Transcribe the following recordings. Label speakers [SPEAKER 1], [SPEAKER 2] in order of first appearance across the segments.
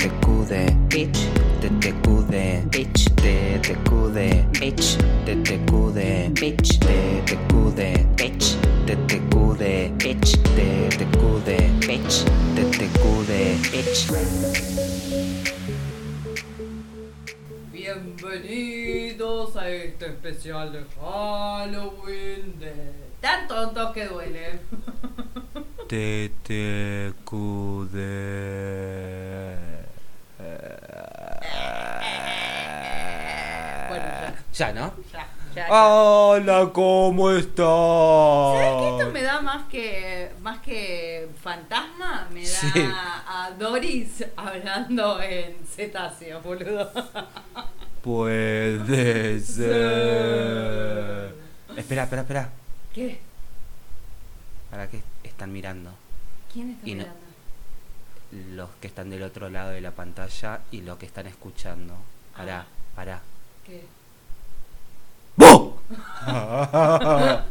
[SPEAKER 1] TTQD,
[SPEAKER 2] bitch,
[SPEAKER 1] TTQD,
[SPEAKER 2] bitch,
[SPEAKER 1] TTQD,
[SPEAKER 2] bitch,
[SPEAKER 1] TTQD,
[SPEAKER 2] bitch,
[SPEAKER 1] TTQD,
[SPEAKER 2] bitch,
[SPEAKER 1] TTQD,
[SPEAKER 2] bitch,
[SPEAKER 1] TTQD,
[SPEAKER 2] bitch,
[SPEAKER 1] TTQD.
[SPEAKER 2] bitch.
[SPEAKER 3] Bienvenidos a este especial de Halloween de tan tontos que duele.
[SPEAKER 1] Eh,
[SPEAKER 3] Bueno,
[SPEAKER 1] Ya,
[SPEAKER 3] ya,
[SPEAKER 1] ¿no?
[SPEAKER 3] ya, ya.
[SPEAKER 1] Hola, ¿cómo
[SPEAKER 3] ¿Sabes que esto
[SPEAKER 1] estás?
[SPEAKER 3] me da más que más que fantasma? Me da
[SPEAKER 1] Sí.
[SPEAKER 3] a Doris hablando en cetáceo, boludo.
[SPEAKER 1] Puede ser. Espera, espera, espera.
[SPEAKER 3] ¿Qué?
[SPEAKER 1] ¿Para qué están mirando?
[SPEAKER 3] ¿Quién está
[SPEAKER 1] Y no-
[SPEAKER 3] mirando?
[SPEAKER 1] Los que están del otro lado de la pantalla y los que están escuchando. Pará, pará.
[SPEAKER 3] ¿Qué?
[SPEAKER 1] ¡Vos!
[SPEAKER 3] Pará,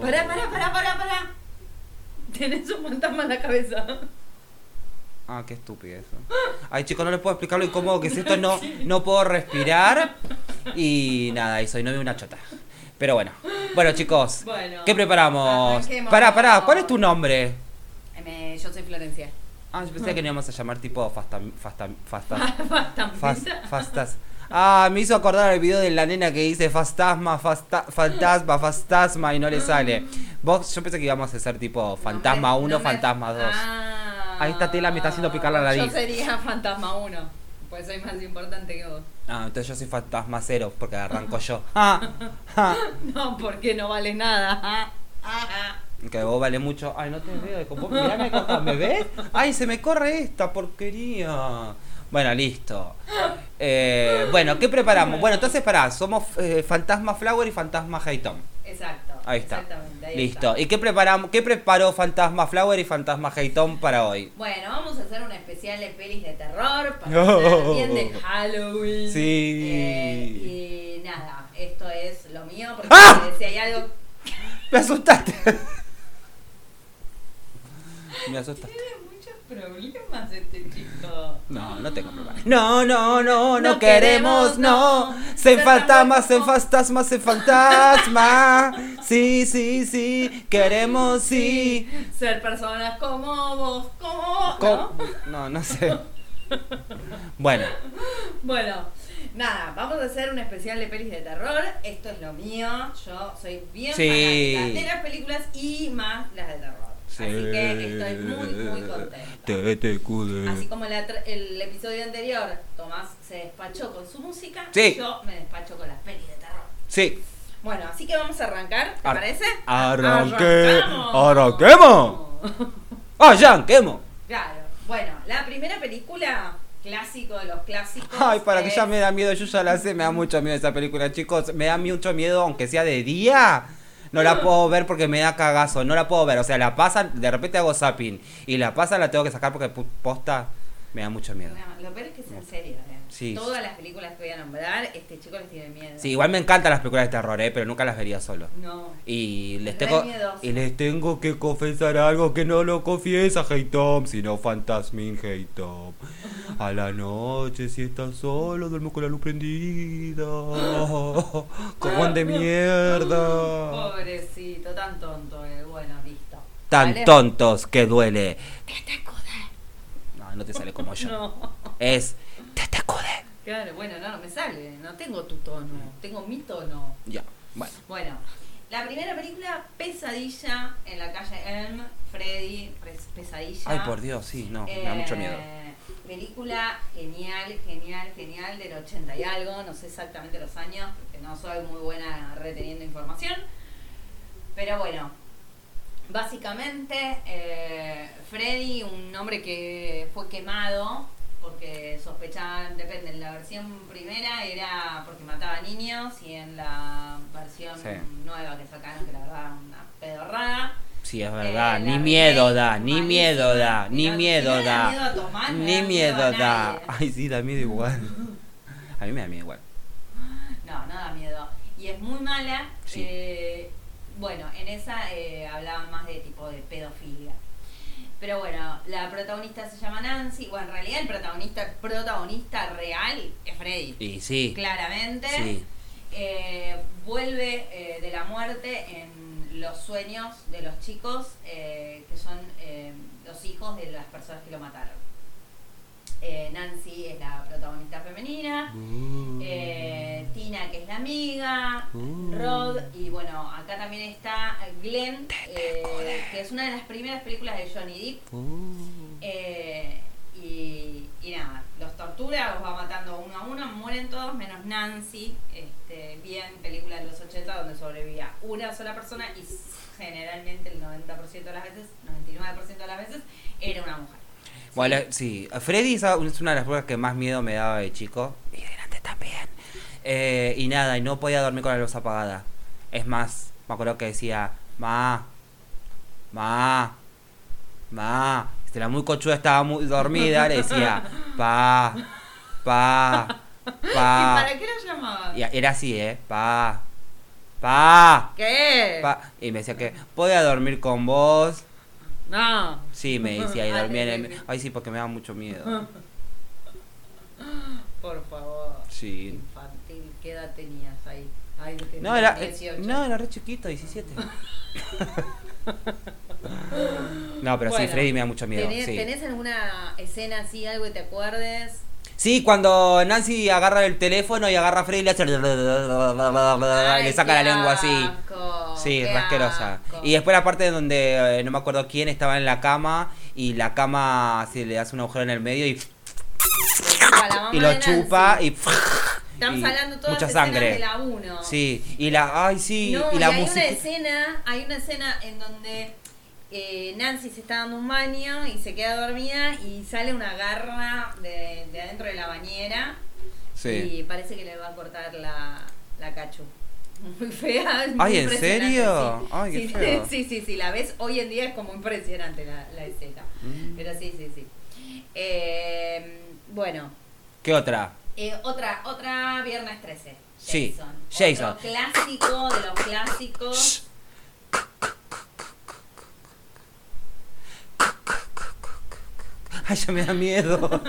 [SPEAKER 3] pará, pará, pará, pará. Tenés un fantasma en la cabeza.
[SPEAKER 1] Ah, qué estúpido eso. Ay, chicos, no les puedo explicar lo incómodo que es esto. No, no puedo respirar. Y nada, y soy novio de una chota. Pero bueno. Bueno, chicos.
[SPEAKER 3] Bueno,
[SPEAKER 1] ¿Qué preparamos?
[SPEAKER 3] Ah, arranquemos.
[SPEAKER 1] Pará, pará. ¿Cuál es tu nombre?
[SPEAKER 3] Me- yo soy Florencia.
[SPEAKER 1] Ah, yo pensé que nos íbamos a llamar tipo Fastam... Fastam... Fastas... fas-
[SPEAKER 3] Fantasma.
[SPEAKER 1] Fastas... Ah, me hizo acordar el video de la nena que dice Fastasma, fasta, Fantasma, Fastasma y no le sale. Vos, yo pensé que íbamos a ser tipo Fantasma
[SPEAKER 3] No me-
[SPEAKER 1] 1,
[SPEAKER 3] no me-
[SPEAKER 1] Fantasma 2.
[SPEAKER 3] Ah.
[SPEAKER 1] Ahí esta tela me está haciendo picar la nariz.
[SPEAKER 3] Yo sería fantasma 1, pues soy más importante que vos.
[SPEAKER 1] Ah, entonces yo soy Fantasma 0 porque arranco yo. Ah, ah.
[SPEAKER 3] No, porque no vale nada. Ah, ah, ah.
[SPEAKER 1] Que vos vale mucho. Ay, no te veo. Con vos- mirame acá, ¿me ves? Ay, se me corre esta porquería. Bueno, listo. Eh, bueno, ¿qué preparamos? Bueno, entonces pará, somos eh, Fantasma Flower y Fantasma Hayton.
[SPEAKER 3] Exacto.
[SPEAKER 1] Ahí está.
[SPEAKER 3] Exactamente, ahí
[SPEAKER 1] listo.
[SPEAKER 3] está.
[SPEAKER 1] ¿Y qué preparamos? ¿Qué preparó Fantasma Flower y Fantasma Hayton para hoy?
[SPEAKER 3] Bueno, vamos a hacer un especial de pelis de terror para
[SPEAKER 1] No.
[SPEAKER 3] hablar bien del Halloween.
[SPEAKER 1] Sí.
[SPEAKER 3] Eh, y nada, esto es lo mío porque
[SPEAKER 1] ¡Ah!
[SPEAKER 3] si hay algo
[SPEAKER 1] Me asustaste. Me asustaste.
[SPEAKER 3] tiene muchos problemas este chico.
[SPEAKER 1] No, no tengo problema. No, no, no, no,
[SPEAKER 3] No
[SPEAKER 1] queremos,
[SPEAKER 3] queremos,
[SPEAKER 1] no.
[SPEAKER 3] no.
[SPEAKER 1] Sen
[SPEAKER 3] Ser
[SPEAKER 1] fantasma,
[SPEAKER 3] fantasma.
[SPEAKER 1] sen fantasma, sen fantasma. Sí, sí, sí, queremos, sí.
[SPEAKER 3] Ser personas como vos, como vos, ¿no?
[SPEAKER 1] Co- No, no sé. Bueno,
[SPEAKER 3] Bueno, nada, vamos a hacer un especial de pelis de terror. Esto es lo mío. Yo soy bien
[SPEAKER 1] Sí.
[SPEAKER 3] fanática de las películas y más las de terror.
[SPEAKER 1] Sí.
[SPEAKER 3] Así que estoy muy, muy contenta.
[SPEAKER 1] te te cude.
[SPEAKER 3] Así como la tra- el episodio anterior, Tomás se despachó con su música,
[SPEAKER 1] Sí.
[SPEAKER 3] yo me despacho con las pelis de terror.
[SPEAKER 1] Sí,
[SPEAKER 3] Bueno, así que vamos a arrancar, ¿te
[SPEAKER 1] Ar-
[SPEAKER 3] parece?
[SPEAKER 1] arranque-
[SPEAKER 3] ¡Arrancamos!
[SPEAKER 1] arranquemos. ¡Oh, arranquemos.
[SPEAKER 3] Claro. Bueno, la primera película, clásico de los clásicos.
[SPEAKER 1] Ay, para que
[SPEAKER 3] es-
[SPEAKER 1] ya me da miedo, yo ya la sé, me da mucho miedo esa película, chicos. Me da mucho miedo, aunque sea de día. No la puedo ver porque me da cagazo, no la puedo ver. O sea, la pasan, de repente hago zapping. Y la pasan, la tengo que sacar porque pu- posta me da mucho miedo.
[SPEAKER 3] No, lo peor es que es en serio, ¿eh?
[SPEAKER 1] Sí.
[SPEAKER 3] Todas las películas que voy a nombrar, este chico les tiene miedo.
[SPEAKER 1] Sí, igual me encantan las películas de terror, ¿eh? pero nunca las vería solo.
[SPEAKER 3] No.
[SPEAKER 1] Y les
[SPEAKER 3] Re
[SPEAKER 1] tengo,
[SPEAKER 3] miedoso.
[SPEAKER 1] y les tengo que confesar algo que no lo confiesa Hey Tom, sino Fantasmin Hey Tom. A la noche si estás solo duermo con la luz prendida. Cojón de mierda.
[SPEAKER 3] Uh, Pobrecito, tan tonto, eh. Bueno, listo.
[SPEAKER 1] Tan
[SPEAKER 3] ¿Vale?
[SPEAKER 1] tontos que duele. No, no te sale como yo.
[SPEAKER 3] No.
[SPEAKER 1] Es te te acude.
[SPEAKER 3] Claro, bueno, no, no me sale. No tengo tu tono, tengo mi tono.
[SPEAKER 1] Ya, bueno.
[SPEAKER 3] Bueno, la primera película, Pesadilla en la calle Elm, Freddy, pres- Pesadilla.
[SPEAKER 1] Ay, por Dios, sí, no, me da mucho miedo.
[SPEAKER 3] Eh, Película genial, genial, genial del 80 y algo, no sé exactamente los años, porque no soy muy buena reteniendo información. Pero bueno, básicamente eh, Freddy, un hombre que fue quemado, porque sospechaban, depende, en la versión primera era porque mataba niños y en la versión
[SPEAKER 1] Sí.
[SPEAKER 3] nueva que sacaron, que la verdad una pedorrada.
[SPEAKER 1] Sí, es
[SPEAKER 3] Eh,
[SPEAKER 1] verdad,
[SPEAKER 3] la
[SPEAKER 1] ni
[SPEAKER 3] verdad
[SPEAKER 1] miedo
[SPEAKER 3] es
[SPEAKER 1] da, ni
[SPEAKER 3] malísima.
[SPEAKER 1] miedo da, ni
[SPEAKER 3] No,
[SPEAKER 1] miedo
[SPEAKER 3] no le da miedo
[SPEAKER 1] da.
[SPEAKER 3] a tomar, no le
[SPEAKER 1] Ni
[SPEAKER 3] da miedo a
[SPEAKER 1] miedo da.
[SPEAKER 3] nadie.
[SPEAKER 1] Ay, sí, da miedo igual. A mí me da miedo igual.
[SPEAKER 3] No, no da miedo. Y es muy mala.
[SPEAKER 1] Sí.
[SPEAKER 3] eh, bueno, en esa eh, hablaban más de tipo de pedofilia. Pero bueno, la protagonista se llama Nancy. Bueno, en realidad el protagonista, protagonista real es Freddy.
[SPEAKER 2] Y sí.
[SPEAKER 3] Claramente.
[SPEAKER 2] Sí.
[SPEAKER 3] Eh, vuelve eh, de la muerte en los sueños de los chicos, eh, que son eh, los hijos de las personas que lo mataron. Eh, Nancy es la protagonista femenina, eh, Tina que es la amiga, Rod y bueno, acá también está Glenn, eh, que es una de las primeras películas de Johnny Depp. Eh, y, y nada, los tortura, los va matando uno a uno, mueren todos, menos Nancy, este, bien película de los 80 donde sobrevivía una sola persona y generalmente el 90% de las veces, 99% de las veces, era una mujer.
[SPEAKER 2] Bueno, la- sí. A Freddy es a- es una de las pruebas que más miedo me daba de chico. Y delante también. Eh, y nada, y no podía dormir con la luz apagada. Es más, me acuerdo que decía, ma, ma, ma. Si la muy cochuda estaba muy dormida, le decía, pa, pa,
[SPEAKER 3] ¿Y
[SPEAKER 2] pa.
[SPEAKER 3] para qué la llamaban?
[SPEAKER 2] Ah. Y era así, ¿eh? Pa, pa,
[SPEAKER 3] ¿Qué?
[SPEAKER 2] pa. Y me decía que, ¿podía dormir con vos?
[SPEAKER 3] no.
[SPEAKER 2] Sí, me decía, y
[SPEAKER 3] Ay,
[SPEAKER 2] dormía
[SPEAKER 3] sí,
[SPEAKER 2] en el...
[SPEAKER 3] sí.
[SPEAKER 2] Ay, sí, porque me daba mucho miedo.
[SPEAKER 3] Por favor.
[SPEAKER 2] Sí.
[SPEAKER 3] Infantil, ¿qué edad tenías ahí? Ay, tenías
[SPEAKER 2] No, era, eh,
[SPEAKER 3] 18.
[SPEAKER 2] no, era re chiquito, 17. no, pero sí,
[SPEAKER 3] Bueno,
[SPEAKER 2] Freddy me da mucho miedo.
[SPEAKER 3] ¿Tenés,
[SPEAKER 2] sí.
[SPEAKER 3] tenés alguna escena así, algo que te acuerdes?
[SPEAKER 2] Sí, cuando Nancy agarra el teléfono y agarra a Freddy y le hace... y le
[SPEAKER 3] Ay,
[SPEAKER 2] saca la
[SPEAKER 3] Ah, qué
[SPEAKER 2] lengua así.
[SPEAKER 3] asco,
[SPEAKER 2] Sí,
[SPEAKER 3] qué
[SPEAKER 2] es asquerosa.
[SPEAKER 3] asco.
[SPEAKER 2] Y después la parte donde eh, no me acuerdo quién estaba en la cama y la cama se le hace un agujero en el medio y,
[SPEAKER 3] Chupa la mamá
[SPEAKER 2] y lo
[SPEAKER 3] de Nancy.
[SPEAKER 2] chupa y...
[SPEAKER 3] Estamos
[SPEAKER 2] y
[SPEAKER 3] hablando todas
[SPEAKER 2] mucha
[SPEAKER 3] escenas
[SPEAKER 2] sangre.
[SPEAKER 3] de la 1.
[SPEAKER 2] Sí, y la... Ay, sí,
[SPEAKER 3] No,
[SPEAKER 2] y la
[SPEAKER 3] hay
[SPEAKER 2] música...
[SPEAKER 3] una escena, hay una escena en donde eh, Nancy se está dando un baño y se queda dormida y sale una garra de, de adentro de la bañera y parece que le va a cortar la, la cachu. Muy fea. es muy
[SPEAKER 2] Ay, ¿en
[SPEAKER 3] impresionante,
[SPEAKER 2] serio?
[SPEAKER 3] sí.
[SPEAKER 2] Ay, qué
[SPEAKER 3] sí,
[SPEAKER 2] feo.
[SPEAKER 3] Sí, sí, sí, la ves hoy en día es como impresionante la, la escena.
[SPEAKER 2] Mm.
[SPEAKER 3] Pero sí, sí, sí. Eh, bueno,
[SPEAKER 2] ¿Qué otra?
[SPEAKER 3] eh, otra, otra Viernes 13.
[SPEAKER 2] Sí,
[SPEAKER 3] Jason.
[SPEAKER 2] Jason.
[SPEAKER 3] Otro clásico de los clásicos.
[SPEAKER 2] Ay, ya me da miedo.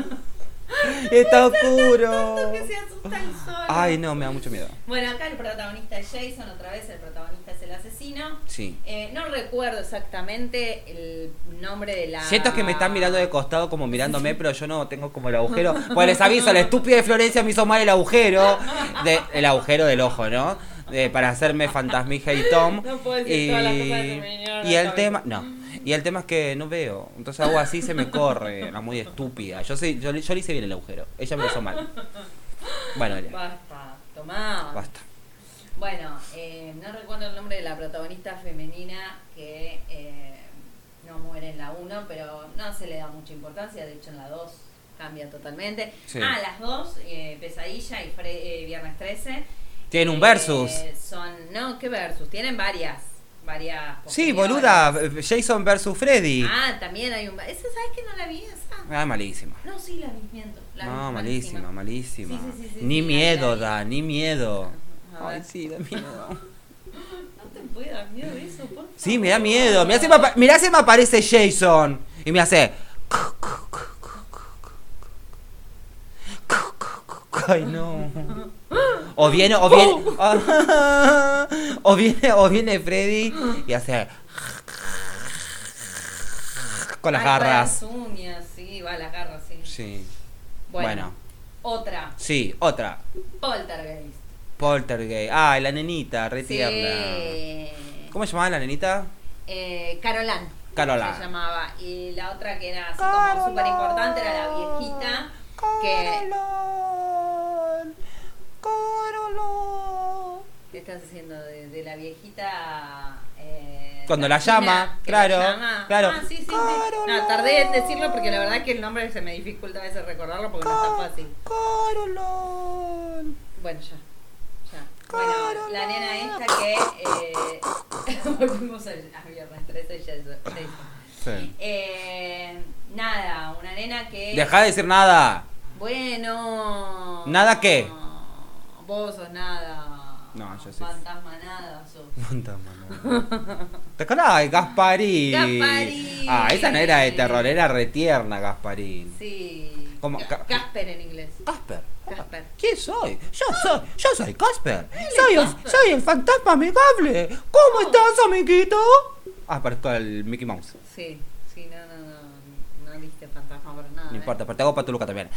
[SPEAKER 2] Está oscuro.
[SPEAKER 3] que se asusta el sol.
[SPEAKER 2] Ay, no, me da mucho miedo.
[SPEAKER 3] Bueno, acá el protagonista es Jason, otra vez el protagonista es el asesino.
[SPEAKER 2] Sí.
[SPEAKER 3] Eh, no recuerdo exactamente el nombre de la.
[SPEAKER 2] Siento que me están mirando de costado como mirándome, pero yo no tengo como el agujero. Pues les aviso, la estúpida de Florencia me hizo mal el agujero. de- el agujero del ojo, ¿no? De- para hacerme fantasmija y Tom.
[SPEAKER 3] No puedo decir
[SPEAKER 2] y,
[SPEAKER 3] todas las cosas que se me vinieron a
[SPEAKER 2] y
[SPEAKER 3] la
[SPEAKER 2] el
[SPEAKER 3] cabeza.
[SPEAKER 2] tema, no. Y el tema es que no veo. Entonces hago así, se me corre. Era muy estúpida. Yo, sé, yo, le- yo le hice bien el agujero. Ella me lo hizo mal. Bueno, Elena,
[SPEAKER 3] Basta, tomá.
[SPEAKER 2] basta.
[SPEAKER 3] Bueno, eh, no recuerdo el nombre de la protagonista femenina que eh, no muere en la 1, pero no se le da mucha importancia. De hecho, en la 2 cambia totalmente.
[SPEAKER 2] Sí.
[SPEAKER 3] Ah, las dos, eh, Pesadilla y Fre- eh, Viernes 13.
[SPEAKER 2] Tienen un
[SPEAKER 3] eh,
[SPEAKER 2] versus.
[SPEAKER 3] son, no, ¿qué versus? Tienen varias. varias
[SPEAKER 2] Sí,
[SPEAKER 3] posteriores.
[SPEAKER 2] boluda, Jason versus Freddy. Ah,
[SPEAKER 3] Ah, también hay un. ver- ¿Esa sabes que no la vi esa?
[SPEAKER 2] malísima.
[SPEAKER 3] No, sí, la vi, miento. La vi,
[SPEAKER 2] no, malísima, malísima.
[SPEAKER 3] Sí, sí, sí, sí,
[SPEAKER 2] ni
[SPEAKER 3] sí, la vi, la
[SPEAKER 2] miedo
[SPEAKER 3] vi.
[SPEAKER 2] da, ni miedo.
[SPEAKER 3] A ver.
[SPEAKER 2] Ay, sí, da miedo.
[SPEAKER 3] No te puede dar miedo eso, por favor.
[SPEAKER 2] Sí, me da miedo. Mirá si me, apa- mirá si me aparece Jason y me hace. Ay, no. O viene, o viene. O viene, o viene Freddy y hace. Con las
[SPEAKER 3] Ay, con
[SPEAKER 2] garras.
[SPEAKER 3] Las uñas, sí, va, las garras, sí.
[SPEAKER 2] Sí.
[SPEAKER 3] Bueno,
[SPEAKER 2] bueno.
[SPEAKER 3] Otra,
[SPEAKER 2] Sí, otra.
[SPEAKER 3] Poltergeist.
[SPEAKER 2] Poltergeist. Ah, la nenita, re tierna.
[SPEAKER 3] Sí.
[SPEAKER 2] ¿Cómo se llamaba la nenita?
[SPEAKER 3] Eh, Carolan.
[SPEAKER 2] Carolan.
[SPEAKER 3] Se llamaba. Y la otra que era así como súper importante era la viejita. Que
[SPEAKER 2] Corolón. Corolón.
[SPEAKER 3] ¿Qué estás haciendo de, de la viejita. eh,
[SPEAKER 2] Cuando la
[SPEAKER 3] Latina,
[SPEAKER 2] llama,
[SPEAKER 3] que
[SPEAKER 2] claro,
[SPEAKER 3] la llama?
[SPEAKER 2] claro.
[SPEAKER 3] Ah, sí, sí, sí.
[SPEAKER 2] Carolan.
[SPEAKER 3] No, tardé en decirlo porque la verdad que el nombre se me dificulta a veces recordarlo porque no es tan fácil.
[SPEAKER 2] Corolón.
[SPEAKER 3] Bueno, ya. ya. Bueno, la nena esta que. Eh, volvimos al- a viernes 13 y ya es- ya es-
[SPEAKER 1] Sí.
[SPEAKER 3] Eh, nada, una nena que.
[SPEAKER 2] Deja de decir nada.
[SPEAKER 3] Bueno.
[SPEAKER 2] ¿Nada qué?
[SPEAKER 3] Vos sos nada.
[SPEAKER 2] No, yo sí.
[SPEAKER 3] Fantasma nada sos.
[SPEAKER 2] Manda, mano. ¿Te acordás? Gasparí.
[SPEAKER 3] Gasparí.
[SPEAKER 2] Ah, esa no era de terror, era retierna, Gasparín.
[SPEAKER 3] Sí.
[SPEAKER 2] ¿Cómo?
[SPEAKER 3] Ca- Casper en inglés.
[SPEAKER 2] Casper.
[SPEAKER 3] Casper.
[SPEAKER 2] ¿Quién soy? Yo soy, yo soy Casper. Soy el, soy el fantasma amigable. ¿Cómo estás, amiguito? Ah, pero está el Mickey Mouse.
[SPEAKER 3] Sí, sí, no, no, no. No diste fantasma para nada.
[SPEAKER 2] No
[SPEAKER 3] ¿eh?
[SPEAKER 2] importa, pero te hago patuluca también.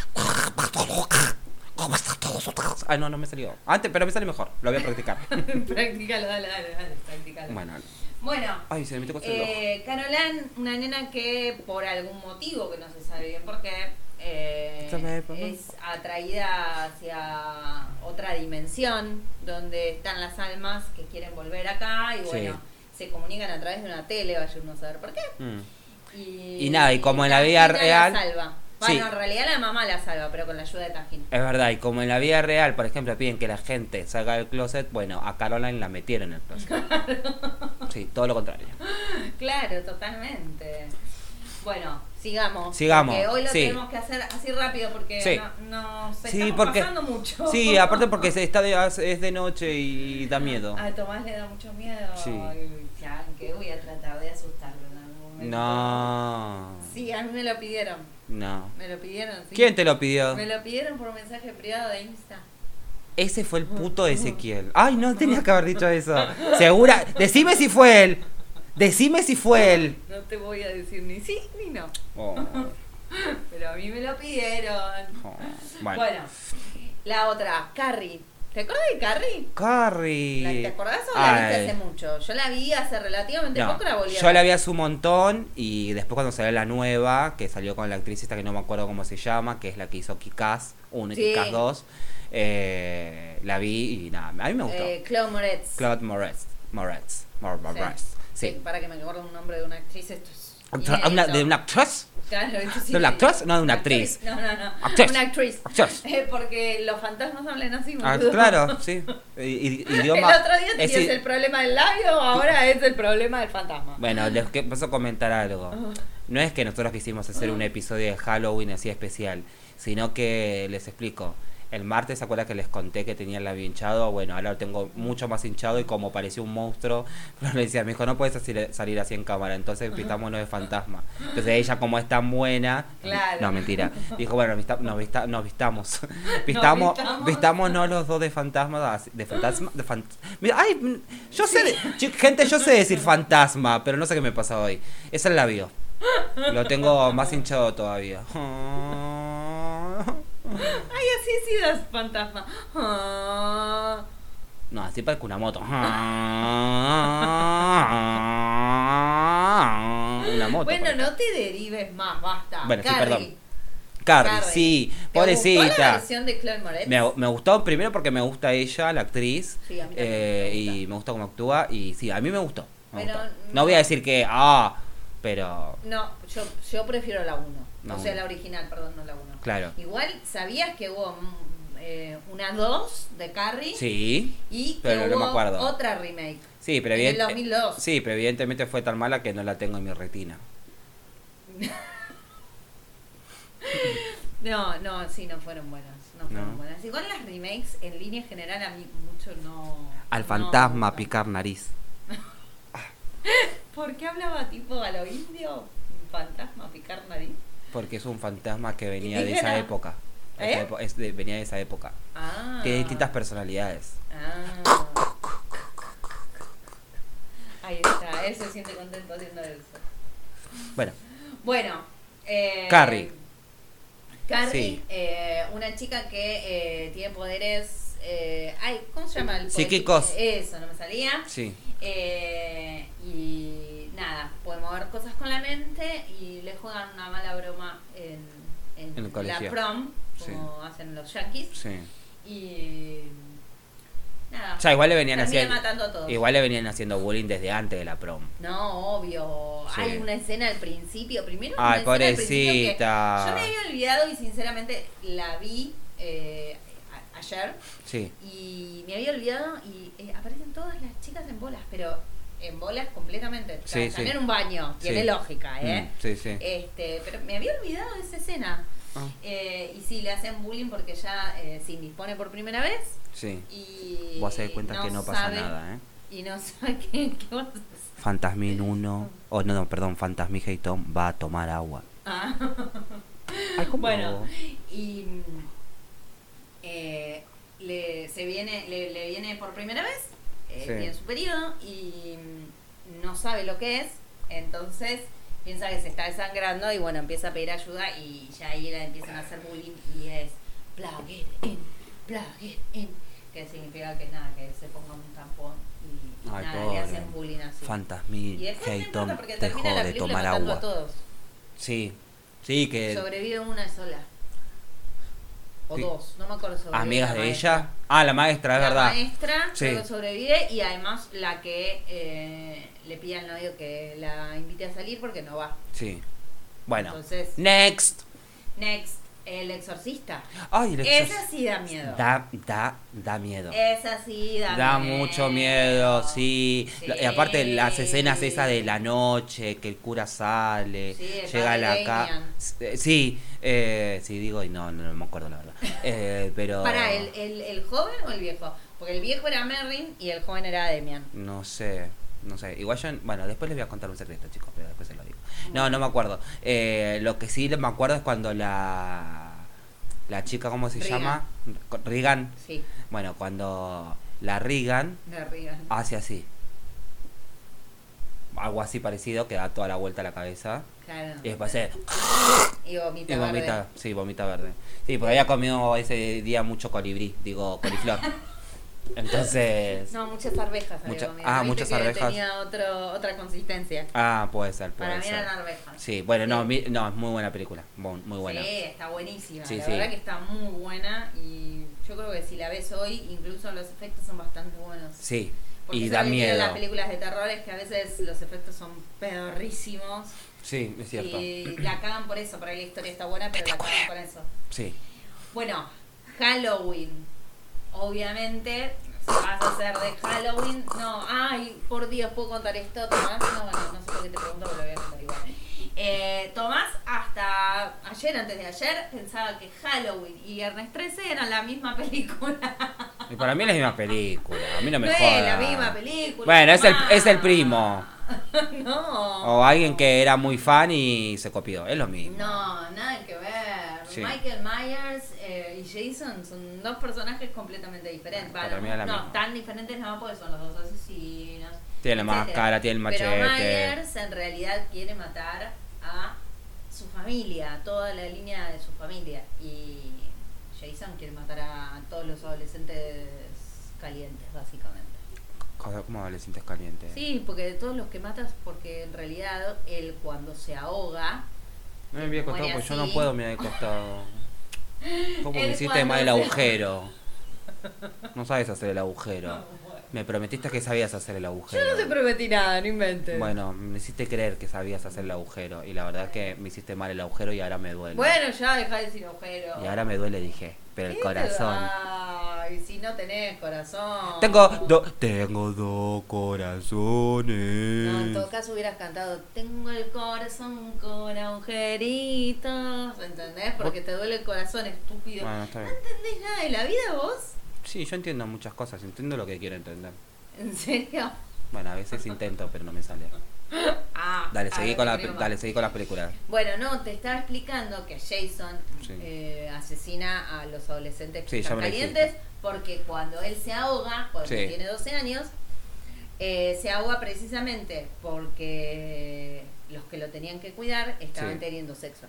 [SPEAKER 2] ¿Cómo estás todos? otros? Ah, no, no me salió. Antes, pero me sale mejor. Lo voy a practicar.
[SPEAKER 3] practícalo, dale, dale, dale, practícalo.
[SPEAKER 2] Bueno,
[SPEAKER 3] Bueno,
[SPEAKER 2] ay, se me metió cosa en el ojo.
[SPEAKER 3] eh, Carolan, una nena que por algún motivo que no se sabe bien por qué, eh,
[SPEAKER 2] Yo me-
[SPEAKER 3] es atraída hacia otra dimensión donde están las almas que quieren volver acá y
[SPEAKER 2] Sí.
[SPEAKER 3] bueno, se comunican a través de una tele, vaya uno a saber por qué.
[SPEAKER 2] Mm.
[SPEAKER 3] Y,
[SPEAKER 2] Y nada, y como en la vida
[SPEAKER 3] Tangina
[SPEAKER 2] real-
[SPEAKER 3] La salva.
[SPEAKER 2] Sí.
[SPEAKER 3] Bueno, en realidad la mamá la salva, pero con la ayuda de Tangina.
[SPEAKER 2] Es verdad, y como en la vida real, por ejemplo, piden que la gente salga del closet, bueno, a Caroline la metieron en el closet. Sí, todo lo contrario.
[SPEAKER 3] Claro, totalmente. Bueno, sigamos.
[SPEAKER 2] Sigamos,
[SPEAKER 3] porque hoy lo
[SPEAKER 2] sí.
[SPEAKER 3] tenemos que hacer así rápido porque
[SPEAKER 2] Sí.
[SPEAKER 3] no, no se
[SPEAKER 2] Sí,
[SPEAKER 3] estamos
[SPEAKER 2] porque-
[SPEAKER 3] pasando mucho.
[SPEAKER 2] Sí, aparte porque se está de- es de noche y da miedo.
[SPEAKER 3] A Tomás le da mucho miedo
[SPEAKER 2] Sí.
[SPEAKER 3] el chanque. Voy a tratar de asustarlo en algún momento.
[SPEAKER 2] No,
[SPEAKER 3] Sí, a mí me lo pidieron.
[SPEAKER 2] no.
[SPEAKER 3] Me lo pidieron. sí.
[SPEAKER 2] ¿Quién te lo pidió?
[SPEAKER 3] Me lo pidieron por mensaje privado de Insta.
[SPEAKER 2] Ese fue el puto de Ezequiel. Ay, no tenías que haber dicho eso. Segura, decime si fue él. Decime si fue él.
[SPEAKER 3] No te voy a decir ni sí ni no.
[SPEAKER 2] Oh,
[SPEAKER 3] Pero a mí me lo pidieron.
[SPEAKER 2] oh,
[SPEAKER 3] Bueno,
[SPEAKER 2] Bueno.
[SPEAKER 3] la otra, Carrie. ¿Te acuerdas de Carrie?
[SPEAKER 2] Carrie.
[SPEAKER 3] ¿La- ¿Te acordás o la
[SPEAKER 2] Ay.
[SPEAKER 3] viste hace mucho? Yo la vi hace relativamente
[SPEAKER 2] No,
[SPEAKER 3] poco, la volví a
[SPEAKER 2] yo
[SPEAKER 3] ver.
[SPEAKER 2] la vi hace un montón y después cuando salió la nueva, que salió con la actriz esta que no me acuerdo cómo se llama, que es la que hizo Kikaz 1 y
[SPEAKER 3] Sí.
[SPEAKER 2] Kikaz 2, eh, la vi y nada, a mí me gustó.
[SPEAKER 3] Eh, Chloe Moretz.
[SPEAKER 2] Claude Moretz, Moretz, Mor- Moretz, sí.
[SPEAKER 3] Que Para que me acuerde un nombre de una actriz, esto es.
[SPEAKER 2] Actra- una-
[SPEAKER 3] inédito.
[SPEAKER 2] ¿De una actriz?
[SPEAKER 3] Claro, esto es
[SPEAKER 2] ¿De una
[SPEAKER 3] inédito.
[SPEAKER 2] actriz? No, de una actriz.
[SPEAKER 3] No, no, no.
[SPEAKER 2] Actriz.
[SPEAKER 3] Una actriz.
[SPEAKER 2] Actriz.
[SPEAKER 3] Eh, porque los fantasmas hablan así,
[SPEAKER 2] Ah,
[SPEAKER 3] boludo.
[SPEAKER 2] claro, sí. I- i-
[SPEAKER 3] El
[SPEAKER 2] idioma,
[SPEAKER 3] otro día tenías
[SPEAKER 2] es i-
[SPEAKER 3] el problema del labio, ahora es el problema del fantasma.
[SPEAKER 2] Bueno, les que paso a comentar algo. No es que nosotros quisimos hacer un episodio de Halloween así especial, sino que les explico. El martes, ¿se acuerdan que les conté que tenía el labio hinchado? Bueno, ahora lo tengo mucho más hinchado y como parecía un monstruo, Florencia me dijo, no puedes así- salir así en cámara, entonces pintámonos de fantasma. Entonces ella, como es tan buena...
[SPEAKER 3] Claro.
[SPEAKER 2] No, mentira. Dijo, bueno, vista- nos, vista- nos vistamos. Vistamos,
[SPEAKER 3] vistamos.
[SPEAKER 2] vistamos no los dos de fantasma, así- de fantasma, de fan- Mira, ay, mm, yo sé, de- chi- gente, yo sé decir fantasma, pero no sé qué me pasa hoy. Es el labio. Lo tengo más hinchado todavía.
[SPEAKER 3] Ay, así sí das fantasma. Ah.
[SPEAKER 2] No, así parece una moto. Una moto. pues.
[SPEAKER 3] Bueno,
[SPEAKER 2] parece.
[SPEAKER 3] no te derives más, basta.
[SPEAKER 2] Bueno, sí,
[SPEAKER 3] Carrie.
[SPEAKER 2] perdón. Carrie,
[SPEAKER 3] Carrie.
[SPEAKER 2] sí,
[SPEAKER 3] ¿Te
[SPEAKER 2] pobrecita.
[SPEAKER 3] gustó la versión de Chloe Moretz?
[SPEAKER 2] Me, me gustó primero porque me gusta ella, la actriz,
[SPEAKER 3] Sí, a mí también
[SPEAKER 2] eh,
[SPEAKER 3] me gusta.
[SPEAKER 2] y me gusta cómo actúa, y sí, a mí me gustó. me
[SPEAKER 3] Pero
[SPEAKER 2] gustó.
[SPEAKER 3] no-
[SPEAKER 2] No voy a decir que, ah, pero...
[SPEAKER 3] No, yo, yo prefiero la 1.
[SPEAKER 2] La
[SPEAKER 3] o sea,
[SPEAKER 2] uno.
[SPEAKER 3] la original, perdón, no la 1.
[SPEAKER 2] Claro.
[SPEAKER 3] Igual, ¿sabías que hubo mm, eh, una 2 de Carrie?
[SPEAKER 2] Sí,
[SPEAKER 3] Y que
[SPEAKER 2] pero no
[SPEAKER 3] hubo
[SPEAKER 2] me acuerdo.
[SPEAKER 3] otra remake.
[SPEAKER 2] sí, pero,
[SPEAKER 3] En
[SPEAKER 2] evidente-
[SPEAKER 3] el 2002.
[SPEAKER 2] sí, pero evidentemente fue tan mala que no la tengo en mi retina.
[SPEAKER 3] No, no, sí, no fueron buenas. No fueron
[SPEAKER 2] No.
[SPEAKER 3] buenas. Igual las remakes, en línea general, a mí mucho no.
[SPEAKER 2] Al
[SPEAKER 3] no
[SPEAKER 2] fantasma
[SPEAKER 3] me gustan.
[SPEAKER 2] picar nariz.
[SPEAKER 3] ¿Por qué hablaba tipo a lo indio? Fantasma, picar nariz.
[SPEAKER 2] Porque es un fantasma que venía de
[SPEAKER 3] Indígena.
[SPEAKER 2] esa época.
[SPEAKER 3] ¿Eh?
[SPEAKER 2] Esa epo- es de- venía de esa época.
[SPEAKER 3] Ah.
[SPEAKER 2] Tiene distintas personalidades.
[SPEAKER 3] Ah. Ahí está, él se siente contento haciendo eso.
[SPEAKER 2] Bueno,
[SPEAKER 3] Bueno, eh,
[SPEAKER 2] Carrie.
[SPEAKER 3] Carrie,
[SPEAKER 2] Sí.
[SPEAKER 3] eh, una chica que eh, tiene poderes. eh, ay, ¿cómo se llama el poder?
[SPEAKER 2] Psíquicos.
[SPEAKER 3] Eso, no me salía.
[SPEAKER 2] sí.
[SPEAKER 3] Eh, y nada, puede mover cosas con la mente y le juegan una mala broma en, en
[SPEAKER 2] En el
[SPEAKER 3] la
[SPEAKER 2] colegio.
[SPEAKER 3] prom,
[SPEAKER 2] Sí.
[SPEAKER 3] como hacen los yankees.
[SPEAKER 2] Sí.
[SPEAKER 3] Y. Nada.
[SPEAKER 2] Ya, igual le venían
[SPEAKER 3] termina
[SPEAKER 2] haciendo...
[SPEAKER 3] matando a todos.
[SPEAKER 2] Igual le venían haciendo bullying desde antes de la prom.
[SPEAKER 3] No, obvio.
[SPEAKER 2] Sí.
[SPEAKER 3] Hay una escena al principio. Primero, una
[SPEAKER 2] Ay,
[SPEAKER 3] escena al principio que
[SPEAKER 2] pobrecita.
[SPEAKER 3] Yo me había olvidado y sinceramente la vi eh, a- ayer
[SPEAKER 2] Sí.
[SPEAKER 3] y me había olvidado y eh, aparecen todas las chicas en bolas, pero en bolas completamente. O sea,
[SPEAKER 2] Sí, sí.
[SPEAKER 3] también un baño, tiene
[SPEAKER 2] Sí.
[SPEAKER 3] lógica, ¿eh?
[SPEAKER 2] Mm, sí, sí.
[SPEAKER 3] Este, pero me había olvidado de esa escena.
[SPEAKER 2] Ah,
[SPEAKER 3] Eh, y sí, le hacen bullying porque ya eh, se indispone por primera vez
[SPEAKER 2] sí.
[SPEAKER 3] y
[SPEAKER 2] Vos se das cuenta que no pasa
[SPEAKER 3] sabe-
[SPEAKER 2] nada, ¿eh?
[SPEAKER 3] y no sabe qué, qué vas a hacer.
[SPEAKER 2] Fantasmin 1, oh no, no, perdón, Fantasmin Hayton va a tomar agua.
[SPEAKER 3] Ah.
[SPEAKER 2] Ay, ¿cómo?
[SPEAKER 3] Bueno, y mm, eh, le, se viene, le, le viene por primera vez, eh,
[SPEAKER 2] Sí.
[SPEAKER 3] tiene su periodo y mm, no sabe lo que es, entonces piensa que se está desangrando y bueno, empieza a pedir ayuda y ya ahí la empiezan a hacer bullying y es plug it in, plug it in, que significa que nada, que se ponga un tampón y
[SPEAKER 2] Ay,
[SPEAKER 3] nada,
[SPEAKER 2] pobre.
[SPEAKER 3] le hacen bullying así.
[SPEAKER 2] Fantasmin
[SPEAKER 3] y después no
[SPEAKER 2] Hayton
[SPEAKER 3] importa porque
[SPEAKER 2] dejó
[SPEAKER 3] termina la
[SPEAKER 2] de
[SPEAKER 3] película
[SPEAKER 2] tomar
[SPEAKER 3] matando a
[SPEAKER 2] agua.
[SPEAKER 3] todos.
[SPEAKER 2] Sí, sí, que
[SPEAKER 3] Sobrevive una sola. O
[SPEAKER 2] Sí.
[SPEAKER 3] dos, no me acuerdo sobrevive
[SPEAKER 2] amigas
[SPEAKER 3] la
[SPEAKER 2] de
[SPEAKER 3] maestra.
[SPEAKER 2] ella. Ah, la
[SPEAKER 3] La
[SPEAKER 2] maestra, es verdad.
[SPEAKER 3] maestra
[SPEAKER 2] Sí.
[SPEAKER 3] creo que sobrevive y además la que eh, le pide al novio que la invite a salir porque no va.
[SPEAKER 2] Sí. Bueno,
[SPEAKER 3] Entonces-
[SPEAKER 2] next.
[SPEAKER 3] Next, el exorcista.
[SPEAKER 2] Ay, el
[SPEAKER 3] Esa
[SPEAKER 2] exorcista.
[SPEAKER 3] sí da miedo.
[SPEAKER 2] Da, da, da miedo.
[SPEAKER 3] Esa sí da,
[SPEAKER 2] Da mucho miedo, sí.
[SPEAKER 3] Sí.
[SPEAKER 2] La- Y aparte las escenas esas de la noche, que el cura sale,
[SPEAKER 3] Sí, el
[SPEAKER 2] llega a la
[SPEAKER 3] padre
[SPEAKER 2] casa.
[SPEAKER 3] Damian.
[SPEAKER 2] Sí, eh, sí, digo, y no, no, no me acuerdo la verdad. Eh, pero...
[SPEAKER 3] ¿Para el, el, el joven o el viejo? Porque el viejo era Merrin y el joven era Demian.
[SPEAKER 2] No sé, no sé. Igual yo, bueno, después les voy a contar un secreto, chicos, pero después se lo digo. No, no me acuerdo. Eh, lo que sí me acuerdo es cuando la... La chica, ¿cómo se
[SPEAKER 3] Regan.
[SPEAKER 2] llama? Regan.
[SPEAKER 3] Sí,
[SPEAKER 2] Bueno, cuando la Regan
[SPEAKER 3] de Regan.
[SPEAKER 2] hace así. Algo así parecido que da toda la vuelta a la cabeza.
[SPEAKER 3] Claro.
[SPEAKER 2] Y después hace.
[SPEAKER 3] Y vomita.
[SPEAKER 2] Y vomita.
[SPEAKER 3] Ah, verde.
[SPEAKER 2] Sí, vomita verde. Sí, porque había comido ese día mucho colibrí, digo, coliflor. Entonces.
[SPEAKER 3] No, muchas arvejas. había
[SPEAKER 2] Mucha-
[SPEAKER 3] comido.
[SPEAKER 2] ah,
[SPEAKER 3] Viste
[SPEAKER 2] muchas
[SPEAKER 3] que
[SPEAKER 2] arvejas.
[SPEAKER 3] Tenía otro, otra consistencia.
[SPEAKER 2] Ah, puede ser, puede
[SPEAKER 3] Para mí
[SPEAKER 2] ser.
[SPEAKER 3] eran arvejas.
[SPEAKER 2] Sí, bueno, no, mi- no, es muy buena película. bu- Muy buena.
[SPEAKER 3] Sí, está buenísima.
[SPEAKER 2] Sí,
[SPEAKER 3] la
[SPEAKER 2] sí.
[SPEAKER 3] verdad que está muy buena y yo creo que si la ves hoy, incluso los efectos son bastante buenos.
[SPEAKER 2] Sí,
[SPEAKER 3] Porque
[SPEAKER 2] y
[SPEAKER 3] eso
[SPEAKER 2] da
[SPEAKER 3] que tienen
[SPEAKER 2] miedo.
[SPEAKER 3] las películas de terror es que a veces los efectos son pedorrísimos
[SPEAKER 2] Sí, es cierto.
[SPEAKER 3] y la cagan por eso, por ahí la historia está buena, pero la cagan por eso.
[SPEAKER 2] Sí.
[SPEAKER 3] Bueno, Halloween. Obviamente, si vas a hacer de Halloween. No, ay, por Dios, ¿puedo contar esto, Tomás? No, bueno, no sé por qué te pregunto, pero lo voy a contar igual. Eh, Tomás, hasta ayer, antes de ayer, pensaba que Halloween y Viernes 13 eran la misma película.
[SPEAKER 2] Y para mí es la misma película. A mí no me
[SPEAKER 3] no
[SPEAKER 2] joda.
[SPEAKER 3] es la misma película. Ah.
[SPEAKER 2] Bueno, es el,
[SPEAKER 3] Tomás.
[SPEAKER 2] es el primo.
[SPEAKER 3] no.
[SPEAKER 2] O alguien que era muy fan y se copió. Es lo mismo.
[SPEAKER 3] No, nada que ver.
[SPEAKER 2] Sí.
[SPEAKER 3] Michael Myers eh, y Jason son dos personajes completamente diferentes.
[SPEAKER 2] Para
[SPEAKER 3] Bueno,
[SPEAKER 2] mí es la
[SPEAKER 3] no,
[SPEAKER 2] misma.
[SPEAKER 3] tan diferentes no, porque son los dos asesinos.
[SPEAKER 2] Tiene la
[SPEAKER 3] etcétera.
[SPEAKER 2] máscara, tiene el
[SPEAKER 3] Pero
[SPEAKER 2] machete.
[SPEAKER 3] Myers en realidad quiere matar a su familia, a toda la línea de su familia. Y Jason quiere matar a todos los adolescentes calientes, básicamente.
[SPEAKER 2] Cosa- ¿Cómo le sientes caliente?
[SPEAKER 3] Sí, porque de todos los que matas, porque en realidad él cuando se ahoga,
[SPEAKER 2] No me mire de costado
[SPEAKER 3] Muere
[SPEAKER 2] porque yo no
[SPEAKER 3] así.
[SPEAKER 2] puedo mirar de costado. ¿Cómo me
[SPEAKER 3] Él
[SPEAKER 2] hiciste
[SPEAKER 3] cuando
[SPEAKER 2] mal el
[SPEAKER 3] se-
[SPEAKER 2] agujero? No sabes hacer el agujero. Me prometiste que sabías hacer el agujero.
[SPEAKER 3] prometí nada, no inventes.
[SPEAKER 2] Bueno, me hiciste creer que sabías hacer el agujero. Y la verdad que me hiciste mal el agujero y ahora me duele.
[SPEAKER 3] Bueno, ya dejá de decir agujero.
[SPEAKER 2] Y ahora me duele, dije. Pero el
[SPEAKER 3] ¿Qué
[SPEAKER 2] corazón.
[SPEAKER 3] te va? Ay, si no tenés corazón.
[SPEAKER 2] Tengo dos.
[SPEAKER 1] Tengo dos corazones.
[SPEAKER 3] No, en todo caso hubieras cantado Tengo el corazón con agujeritos. ¿Entendés? Porque te duele el corazón, estúpido.
[SPEAKER 2] Bueno, está
[SPEAKER 3] ¿No
[SPEAKER 2] bien.
[SPEAKER 3] entendés nada de la vida vos?
[SPEAKER 2] Sí, yo entiendo muchas cosas. Entiendo lo que quiero entender.
[SPEAKER 3] ¿En serio?
[SPEAKER 2] Bueno, a veces intento, pero no me sale.
[SPEAKER 3] Ah,
[SPEAKER 2] Dale,
[SPEAKER 3] ah,
[SPEAKER 2] seguí
[SPEAKER 3] no
[SPEAKER 2] con la,
[SPEAKER 3] te creo más.
[SPEAKER 2] dale, seguí con las películas.
[SPEAKER 3] Bueno, no, te estaba explicando que Jason
[SPEAKER 2] Sí.
[SPEAKER 3] eh, asesina a los adolescentes que
[SPEAKER 2] Sí, ya
[SPEAKER 3] están
[SPEAKER 2] me lo
[SPEAKER 3] calientes
[SPEAKER 2] dijiste.
[SPEAKER 3] porque cuando él se ahoga, cuando
[SPEAKER 2] Sí.
[SPEAKER 3] tiene 12 años, eh, se ahoga precisamente porque los que lo tenían que cuidar estaban
[SPEAKER 2] Sí.
[SPEAKER 3] teniendo sexo.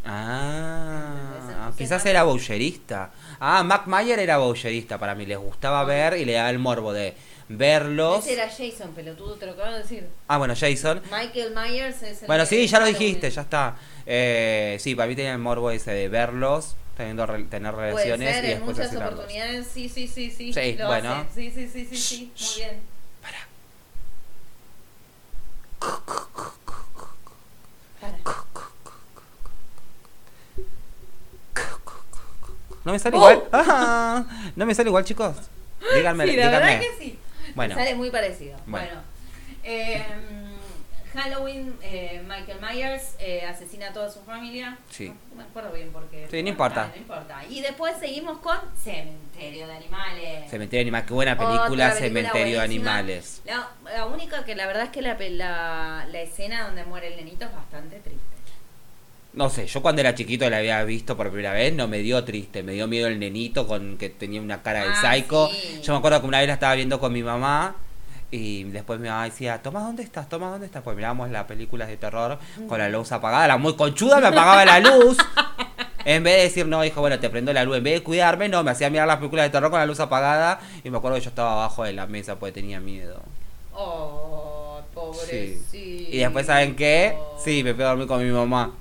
[SPEAKER 3] Entonces,
[SPEAKER 2] Ah,
[SPEAKER 3] entonces
[SPEAKER 2] quizás
[SPEAKER 3] Mac-
[SPEAKER 2] era bowlerista. Ah, Mac Mayer era bowlerista para mí. Les gustaba ver y le daba el morbo de verlos.
[SPEAKER 3] Ese era Jason, pelotudo, te lo acabo de decir.
[SPEAKER 2] Ah, bueno, Jason.
[SPEAKER 3] Michael Myers es el
[SPEAKER 2] Bueno,
[SPEAKER 3] que-
[SPEAKER 2] sí, ya lo
[SPEAKER 3] Halloween.
[SPEAKER 2] dijiste, ya está. Eh, sí, para mí tenía el morbo ese de verlos, teniendo re- tener
[SPEAKER 3] Puede
[SPEAKER 2] relaciones
[SPEAKER 3] ser,
[SPEAKER 2] y
[SPEAKER 3] en
[SPEAKER 2] después
[SPEAKER 3] muchas
[SPEAKER 2] asesinarlos.
[SPEAKER 3] oportunidades, sí, sí, sí, sí.
[SPEAKER 2] Sí,
[SPEAKER 3] lo
[SPEAKER 2] bueno.
[SPEAKER 3] hace. Sí, sí, sí, sí, sí,
[SPEAKER 2] Shh,
[SPEAKER 3] muy bien. Para.
[SPEAKER 2] No me sale igual. Ah, no me sale igual, chicos. Díganme,
[SPEAKER 3] ¡Oh! Sí, la verdad
[SPEAKER 2] díganme.
[SPEAKER 3] que sí. Bueno.
[SPEAKER 2] Bueno.
[SPEAKER 3] Sale muy parecido.
[SPEAKER 2] Bueno.
[SPEAKER 3] Bueno. Eh, Halloween, eh, Michael Myers eh, asesina a toda su familia.
[SPEAKER 2] Sí.
[SPEAKER 3] No, no me acuerdo bien porque.
[SPEAKER 2] Sí, no importa.
[SPEAKER 3] No importa. Y después seguimos con Cementerio de Animales.
[SPEAKER 2] Cementerio de Animales, qué buena película,
[SPEAKER 3] Otra película
[SPEAKER 2] Cementerio de
[SPEAKER 3] buenísima.
[SPEAKER 2] Animales.
[SPEAKER 3] La, la única que la verdad es que la, pe- la, la escena donde muere el nenito es bastante triste.
[SPEAKER 2] No sé, yo cuando era chiquito la había visto por primera vez, no me dio triste, me dio miedo el nenito con que tenía una cara de
[SPEAKER 3] Ah,
[SPEAKER 2] psycho.
[SPEAKER 3] sí.
[SPEAKER 2] Yo me acuerdo que una vez la estaba viendo con mi mamá y después mi mamá decía, Tomás, ¿dónde estás? Tomás, ¿dónde estás? Pues mirábamos las películas de terror con la luz apagada, la muy conchuda me apagaba la luz. En vez de decir, no, hijo, bueno, te prendo la luz, en vez de cuidarme, no, me hacía mirar las películas de terror con la luz apagada y me acuerdo que yo estaba abajo de la mesa porque tenía miedo.
[SPEAKER 3] Oh,
[SPEAKER 2] Sí.
[SPEAKER 3] pobrecito.
[SPEAKER 2] Y después, ¿saben qué? Sí, me fui a dormir con mi mamá.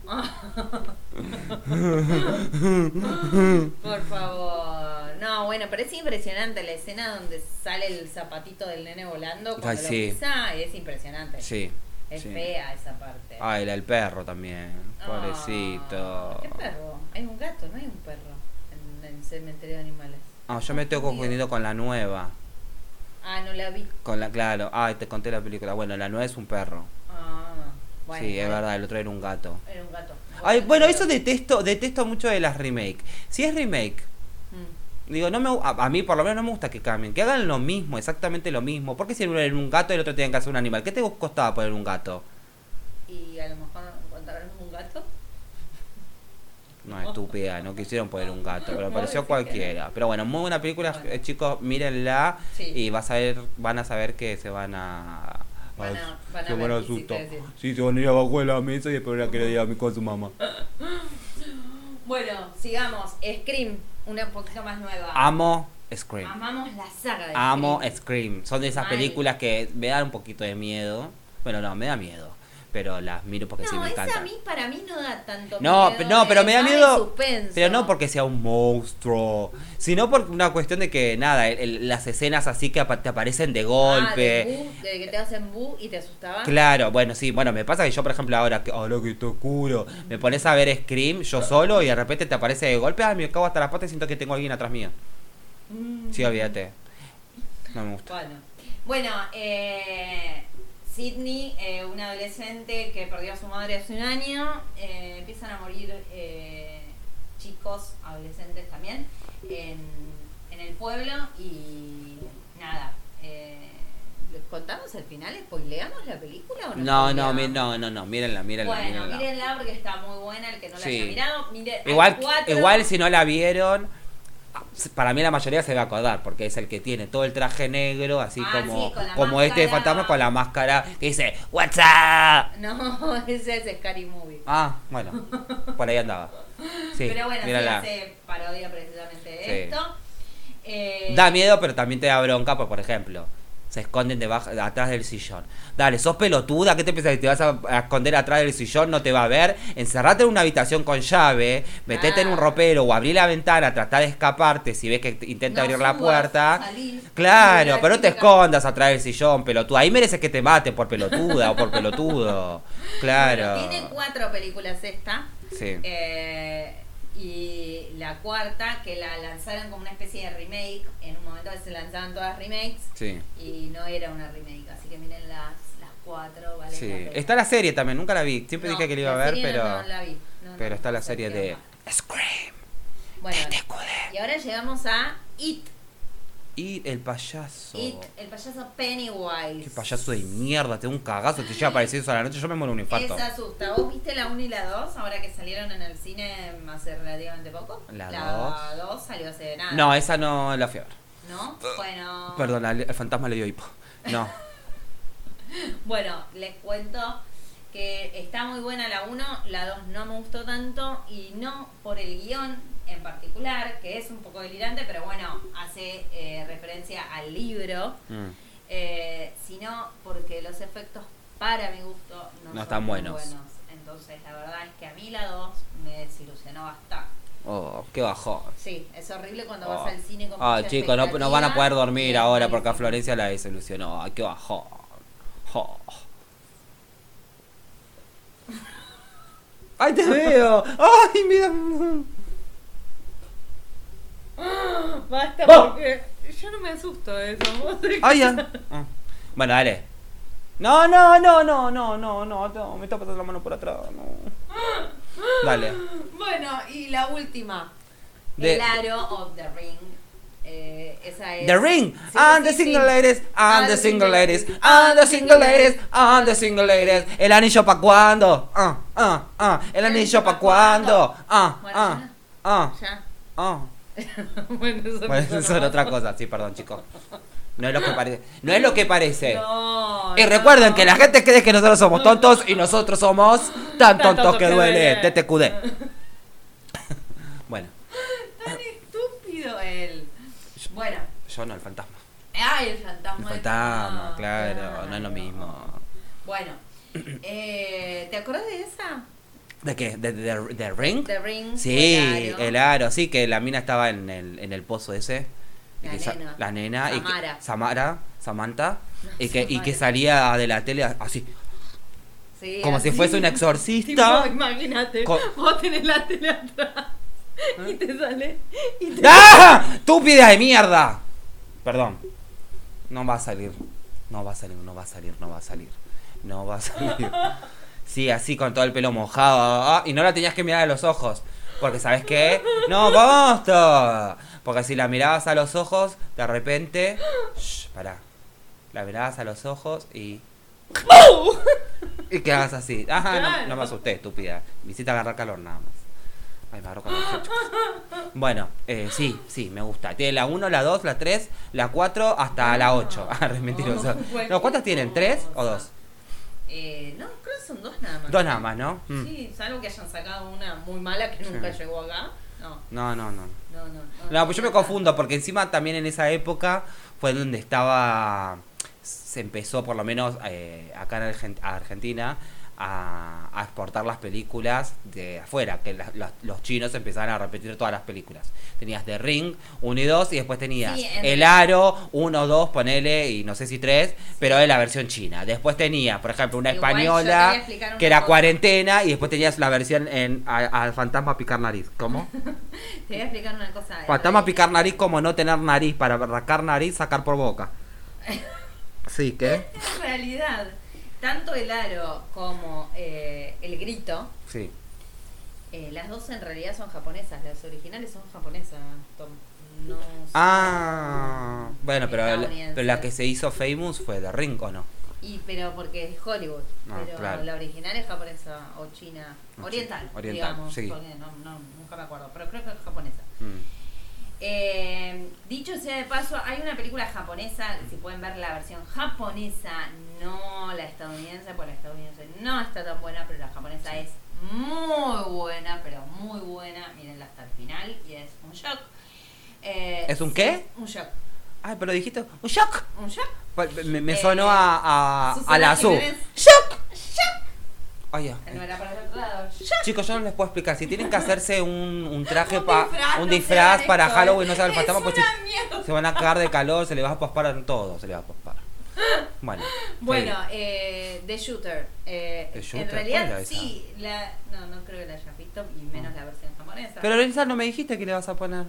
[SPEAKER 3] Por favor. No, bueno, pero es impresionante la escena donde sale el zapatito del nene volando cuando
[SPEAKER 2] Ay,
[SPEAKER 3] lo
[SPEAKER 2] sí.
[SPEAKER 3] pisa, es impresionante.
[SPEAKER 2] Sí.
[SPEAKER 3] Es
[SPEAKER 2] sí.
[SPEAKER 3] fea esa parte.
[SPEAKER 2] Ah, era el perro también.
[SPEAKER 3] Ah,
[SPEAKER 2] Pobrecito.
[SPEAKER 3] ¿Qué perro? Hay un gato, no hay un perro en el cementerio de animales.
[SPEAKER 2] Ah, yo me estoy confundiendo con la nueva.
[SPEAKER 3] Ah, no la vi.
[SPEAKER 2] Con la, claro. Ah, te conté la película. Bueno, la nueva es un perro.
[SPEAKER 3] Ah, bueno.
[SPEAKER 2] sí, es
[SPEAKER 3] bueno,
[SPEAKER 2] verdad, el otro era un gato.
[SPEAKER 3] Era un gato.
[SPEAKER 2] Ay, bueno, eso detesto, detesto mucho de las remake. Si es remake,
[SPEAKER 3] Mm.
[SPEAKER 2] digo, no me gu- a, a mí por lo menos no me gusta que cambien, que hagan lo mismo, exactamente lo mismo. Porque si uno era un gato y el otro tenía que hacer un animal, ¿qué te costaba poner un gato?
[SPEAKER 3] Y a lo mejor encontraron un gato.
[SPEAKER 2] No, estúpida, no quisieron poner un gato, pero
[SPEAKER 3] No,
[SPEAKER 2] pareció
[SPEAKER 3] sí,
[SPEAKER 2] cualquiera. Pero bueno, muy buena película,
[SPEAKER 3] Bueno.
[SPEAKER 2] eh, chicos, mírenla
[SPEAKER 3] Sí.
[SPEAKER 2] y vas a ver, van a saber que se van a...
[SPEAKER 3] Van a, van a
[SPEAKER 1] se
[SPEAKER 3] ver
[SPEAKER 1] van a
[SPEAKER 3] qué quisiste
[SPEAKER 1] asustar.
[SPEAKER 3] decir.
[SPEAKER 1] Sí, se van a ir abajo de la mesa y esperar a que le diga a mi con su mamá.
[SPEAKER 3] Bueno, sigamos. Scream, una un poquito más nueva.
[SPEAKER 2] Amo Scream.
[SPEAKER 3] Amamos la saga de
[SPEAKER 2] Amo
[SPEAKER 3] Scream.
[SPEAKER 2] Scream. Son de esas
[SPEAKER 3] Mal.
[SPEAKER 2] películas que me dan un poquito de miedo. Bueno, no, me da miedo, pero las miro porque sí
[SPEAKER 3] no,
[SPEAKER 2] me
[SPEAKER 3] esa a
[SPEAKER 2] encantan.
[SPEAKER 3] mí, para mí no da tanto
[SPEAKER 2] No,
[SPEAKER 3] miedo.
[SPEAKER 2] pe- no,
[SPEAKER 3] eh,
[SPEAKER 2] pero me da
[SPEAKER 3] más de
[SPEAKER 2] miedo.
[SPEAKER 3] suspenso. Ah,
[SPEAKER 2] Pero no porque sea un monstruo, sino por una cuestión de que nada, el- el- las escenas así que apa- te aparecen de
[SPEAKER 3] Ah,
[SPEAKER 2] golpe.
[SPEAKER 3] de bu, de que te hacen bu y te asustaban.
[SPEAKER 2] Claro, bueno, sí, bueno, me pasa que yo, por ejemplo, ahora que, ahora que está oscuro, me pones a ver Scream yo solo y de repente te aparece de golpe, ah, me cago hasta las patas y siento que tengo a alguien atrás mío.
[SPEAKER 3] Mm.
[SPEAKER 2] Sí, olvídate. No me gusta.
[SPEAKER 3] Bueno, bueno eh, Sidney, eh, una adolescente que perdió a su madre hace un año, eh, empiezan a morir eh, chicos, adolescentes también, en, en el pueblo y nada. Eh, ¿les ¿Contamos el final? ¿Spoileamos la película o no?
[SPEAKER 2] No, no, mi-
[SPEAKER 3] spoileamos?
[SPEAKER 2] no, no, no, mírenla, mírenla,
[SPEAKER 3] Bueno,
[SPEAKER 2] mírenla.
[SPEAKER 3] mírenla porque está muy buena el que no la
[SPEAKER 2] Sí.
[SPEAKER 3] haya mirado. Mire, hay
[SPEAKER 2] Igual,
[SPEAKER 3] cuatro-
[SPEAKER 2] igual si no la vieron, para mí la mayoría se va a acordar, porque es el que tiene todo el traje negro, así
[SPEAKER 3] Ah,
[SPEAKER 2] como,
[SPEAKER 3] sí, con la
[SPEAKER 2] como este de
[SPEAKER 3] máscara.
[SPEAKER 2] fantasma con la máscara, que dice, What's up?
[SPEAKER 3] No, ese es Scary Movie.
[SPEAKER 2] Ah, bueno, por ahí andaba. Sí,
[SPEAKER 3] Pero bueno, sí
[SPEAKER 2] mírenla.
[SPEAKER 3] hace parodia precisamente de
[SPEAKER 2] Sí.
[SPEAKER 3] esto. Eh,
[SPEAKER 2] Da miedo, pero también te da bronca, pues, por ejemplo. Se esconden debajo, atrás del sillón. Dale, sos pelotuda, ¿qué te pensás? que ¿Te vas a, a esconder atrás del sillón? ¿No te va a ver? Encerrate en una habitación con llave, metete en un
[SPEAKER 3] Ah.
[SPEAKER 2] ropero o abrí la ventana, tratá de escaparte si ves que te- intenta
[SPEAKER 3] No
[SPEAKER 2] abrir la
[SPEAKER 3] subas,
[SPEAKER 2] puerta.
[SPEAKER 3] salí.
[SPEAKER 2] Claro,
[SPEAKER 3] Mira,
[SPEAKER 2] pero no te
[SPEAKER 3] chica.
[SPEAKER 2] escondas atrás del sillón, pelotuda. Ahí mereces que te maten por pelotuda o por pelotudo. Claro.
[SPEAKER 3] bueno, tiene cuatro películas esta.
[SPEAKER 2] Sí.
[SPEAKER 3] Eh, y la cuarta, que la lanzaron como una especie de remake. En un momento se lanzaban todas remakes.
[SPEAKER 2] Sí.
[SPEAKER 3] Y no era una remake. Así que miren las, las cuatro. Vale
[SPEAKER 2] Sí. Está la serie también, nunca la vi. Siempre dije que la iba a ver, pero.
[SPEAKER 3] No, la vi. No, no,
[SPEAKER 2] Pero está la
[SPEAKER 3] no,
[SPEAKER 2] serie
[SPEAKER 3] no.
[SPEAKER 2] de Scream,
[SPEAKER 3] Ah. Bueno,
[SPEAKER 2] de TQD.
[SPEAKER 3] y ahora llegamos a It.
[SPEAKER 2] Y el payaso.
[SPEAKER 3] It, el payaso Pennywise.
[SPEAKER 2] Qué payaso de mierda, te da un cagazo, te llega a aparecer eso a la noche, yo me muero de un infarto.
[SPEAKER 3] Es asusta. ¿Vos viste la 1 y la 2 ahora que salieron en el cine hace relativamente poco?
[SPEAKER 2] La
[SPEAKER 3] la 2 salió hace nada.
[SPEAKER 2] No, esa no la fiebre.
[SPEAKER 3] ¿No? Bueno.
[SPEAKER 2] Perdón, al, al fantasma le dio hipo. No.
[SPEAKER 3] Bueno, les cuento que está muy buena la 1, la 2 no me gustó tanto y no por el guión en particular, que es un poco delirante, pero bueno, hace eh, referencia al libro,
[SPEAKER 2] Mm.
[SPEAKER 3] eh, sino porque los efectos para mi gusto no,
[SPEAKER 2] No
[SPEAKER 3] son
[SPEAKER 2] están
[SPEAKER 3] tan
[SPEAKER 2] buenos.
[SPEAKER 3] Entonces la verdad es que a mí la 2 me desilusionó bastante.
[SPEAKER 2] Oh, qué bajón.
[SPEAKER 3] Sí, es horrible cuando
[SPEAKER 2] Oh.
[SPEAKER 3] vas al cine con
[SPEAKER 2] Ay,
[SPEAKER 3] mucha
[SPEAKER 2] chicos, no, no van a poder dormir
[SPEAKER 3] expectativa.
[SPEAKER 2] ahora porque a Florencia la desilusionó. Ay, qué bajón. Jo. ¡Ay, te veo! ¡Ay, mira!
[SPEAKER 3] Basta
[SPEAKER 2] ¡Oh!
[SPEAKER 3] porque yo no me asusto de eso. vos-
[SPEAKER 2] Ah. ¡Ay, ya! Ah. Bueno, dale. No, no, no, no, no, no, no, no, me está pasando la mano por atrás, no. Dale.
[SPEAKER 3] Bueno, y la última.
[SPEAKER 2] De-
[SPEAKER 3] el aro of the ring. Eh, esa es.
[SPEAKER 2] The ring,
[SPEAKER 3] Sí, sí,
[SPEAKER 2] and the
[SPEAKER 3] sí.
[SPEAKER 2] single ladies, and the single ladies, and
[SPEAKER 3] Ah,
[SPEAKER 2] the single ladies, and the single ladies. El anillo pa' cuando, ah, ah, ah. El anillo pa' cuando, ah, ah, ah,
[SPEAKER 3] Ya.
[SPEAKER 2] ah.
[SPEAKER 3] bueno, eso
[SPEAKER 2] Bueno,
[SPEAKER 3] no
[SPEAKER 2] eso son
[SPEAKER 3] sonó.
[SPEAKER 2] otras cosas, sí, perdón, chicos. No es lo que parece. No es lo que parece.
[SPEAKER 3] No,
[SPEAKER 2] Y
[SPEAKER 3] no,
[SPEAKER 2] Eh, recuerden
[SPEAKER 3] no.
[SPEAKER 2] que la gente cree que nosotros somos tontos y nosotros somos tan tontos que duele.
[SPEAKER 3] duele.
[SPEAKER 2] TTQD. Bueno,
[SPEAKER 3] Tan estúpido él. Bueno.
[SPEAKER 2] yo no, el fantasma.
[SPEAKER 3] Ah, el fantasma.
[SPEAKER 2] El
[SPEAKER 3] del
[SPEAKER 2] fantasma, claro,
[SPEAKER 3] claro.
[SPEAKER 2] no es lo mismo.
[SPEAKER 3] Bueno. eh, ¿Te acordás de esa?
[SPEAKER 2] ¿De qué? ¿De, de, de- de Ring?
[SPEAKER 3] The Ring.
[SPEAKER 2] Sí,
[SPEAKER 3] el aro.
[SPEAKER 2] el aro, sí, que la mina estaba en el, en el pozo ese. Y
[SPEAKER 3] La
[SPEAKER 2] que sa-
[SPEAKER 3] nena.
[SPEAKER 2] la nena. y que-
[SPEAKER 3] Samara.
[SPEAKER 2] Samara, Samantha. Y que, y que
[SPEAKER 3] Samara.
[SPEAKER 2] salía de la tele así,
[SPEAKER 3] Sí,
[SPEAKER 2] como si
[SPEAKER 3] así.
[SPEAKER 2] fuese un exorcista.
[SPEAKER 3] Tipo, imagínate,
[SPEAKER 2] Co-
[SPEAKER 3] vos tenés la tele atrás y te sale. Y te...
[SPEAKER 2] ¡Ah! ¡Estúpida de mierda! Perdón. No va a salir. No va a salir, no va a salir, no va a salir. No va a salir. Sí, así con todo el pelo mojado. ah, y no la tenías que mirar a los ojos. Porque, ¿sabes qué? ¡No, basta! Porque si la mirabas a los ojos, de repente. Shh, pará. La mirabas a los ojos y. Y quedabas así. Ajá, no, no me asusté, estúpida. Me hiciste agarrar calor nada más. Ay, me agarró calor. Bueno, eh, sí, sí, me gusta. Tiene la 1, la 2, la 3, la 4, hasta la 8. Ah, re mentiroso.
[SPEAKER 3] Oh,
[SPEAKER 2] No, ¿cuántas tienen? ¿Tres o dos?
[SPEAKER 3] Eh, no, creo que son dos nada más.
[SPEAKER 2] Dos nada más, ¿no? Mm.
[SPEAKER 3] Sí, salvo que hayan sacado una muy mala que nunca llegó acá. No,
[SPEAKER 2] No, no, no.
[SPEAKER 3] no, no.
[SPEAKER 2] No, pues yo me confundo, porque encima también en esa época fue donde estaba. Se empezó, por lo menos eh, acá en Argen- a Argentina, a, a exportar las películas de afuera, que las- las- los chinos empezaban a repetir todas las películas. Tenías The Ring 1 y 2, y después tenías
[SPEAKER 3] Sí, en-
[SPEAKER 2] El Aro 1, 2, ponele, y no sé si 3, pero es la versión china. Después tenías, por ejemplo, una
[SPEAKER 3] Igual yo te voy a
[SPEAKER 2] española
[SPEAKER 3] explicar
[SPEAKER 2] que
[SPEAKER 3] una
[SPEAKER 2] era
[SPEAKER 3] cosa.
[SPEAKER 2] cuarentena, y después tenías la versión en a- al fantasma picar nariz. ¿Cómo?
[SPEAKER 3] Te voy a explicar una cosa.
[SPEAKER 2] Fantasma picar nariz como no tener nariz, para arrancar nariz, sacar por boca. Sí, ¿qué?
[SPEAKER 3] En realidad, tanto el aro como eh, el grito,
[SPEAKER 2] Sí.
[SPEAKER 3] eh, las dos en realidad son japonesas. Las originales son japonesas, Tom. No son
[SPEAKER 2] Ah, bueno, pero, el-
[SPEAKER 3] estadounidenses.
[SPEAKER 2] pero la que se hizo famous fue de Ring, ¿o no?
[SPEAKER 3] Y pero porque es Hollywood,
[SPEAKER 2] Ah,
[SPEAKER 3] pero
[SPEAKER 2] claro.
[SPEAKER 3] la original es japonesa o china,
[SPEAKER 2] O
[SPEAKER 3] oriental,
[SPEAKER 2] chi- oriental,
[SPEAKER 3] digamos,
[SPEAKER 2] sí.
[SPEAKER 3] porque no, no, nunca me acuerdo, pero creo que es japonesa.
[SPEAKER 2] Mm.
[SPEAKER 3] Eh, dicho sea de paso, hay una película japonesa, si pueden ver la versión japonesa, no la estadounidense, porque la estadounidense no está tan buena, pero la japonesa es muy buena, pero muy buena, mírenla hasta el final y es un shock. Eh,
[SPEAKER 2] ¿Es un qué?
[SPEAKER 3] Un shock.
[SPEAKER 2] Ay, pero dijiste, un shock.
[SPEAKER 3] Un shock.
[SPEAKER 2] Pa- Me, me
[SPEAKER 3] Eh,
[SPEAKER 2] sonó a, a,
[SPEAKER 3] Susana
[SPEAKER 2] a la azul.
[SPEAKER 3] Jiménez.
[SPEAKER 2] ¡Shock! Ay, ya.
[SPEAKER 3] No era para el otro lado. Shock.
[SPEAKER 2] Chicos, yo no les puedo explicar. Si tienen que hacerse un, un traje,
[SPEAKER 3] Un
[SPEAKER 2] pa-
[SPEAKER 3] disfraz,
[SPEAKER 2] un
[SPEAKER 3] no
[SPEAKER 2] disfraz
[SPEAKER 3] sean
[SPEAKER 2] para
[SPEAKER 3] escolar.
[SPEAKER 2] Halloween, no se el
[SPEAKER 3] eh. Es
[SPEAKER 2] fantasma, pues
[SPEAKER 3] una
[SPEAKER 2] se-
[SPEAKER 3] mierda.
[SPEAKER 2] se van a cagar de calor, se les va a pospar en todo, se les va a pospar. Bueno.
[SPEAKER 3] Bueno,
[SPEAKER 2] sí.
[SPEAKER 3] eh, The Shooter. eh,
[SPEAKER 2] The Shooter,
[SPEAKER 3] En
[SPEAKER 2] ¿cuál
[SPEAKER 3] realidad,
[SPEAKER 2] era
[SPEAKER 3] sí. La, no, no creo que la hayas visto, y menos la versión japonesa.
[SPEAKER 2] Pero Elisa, no me dijiste que le vas a poner.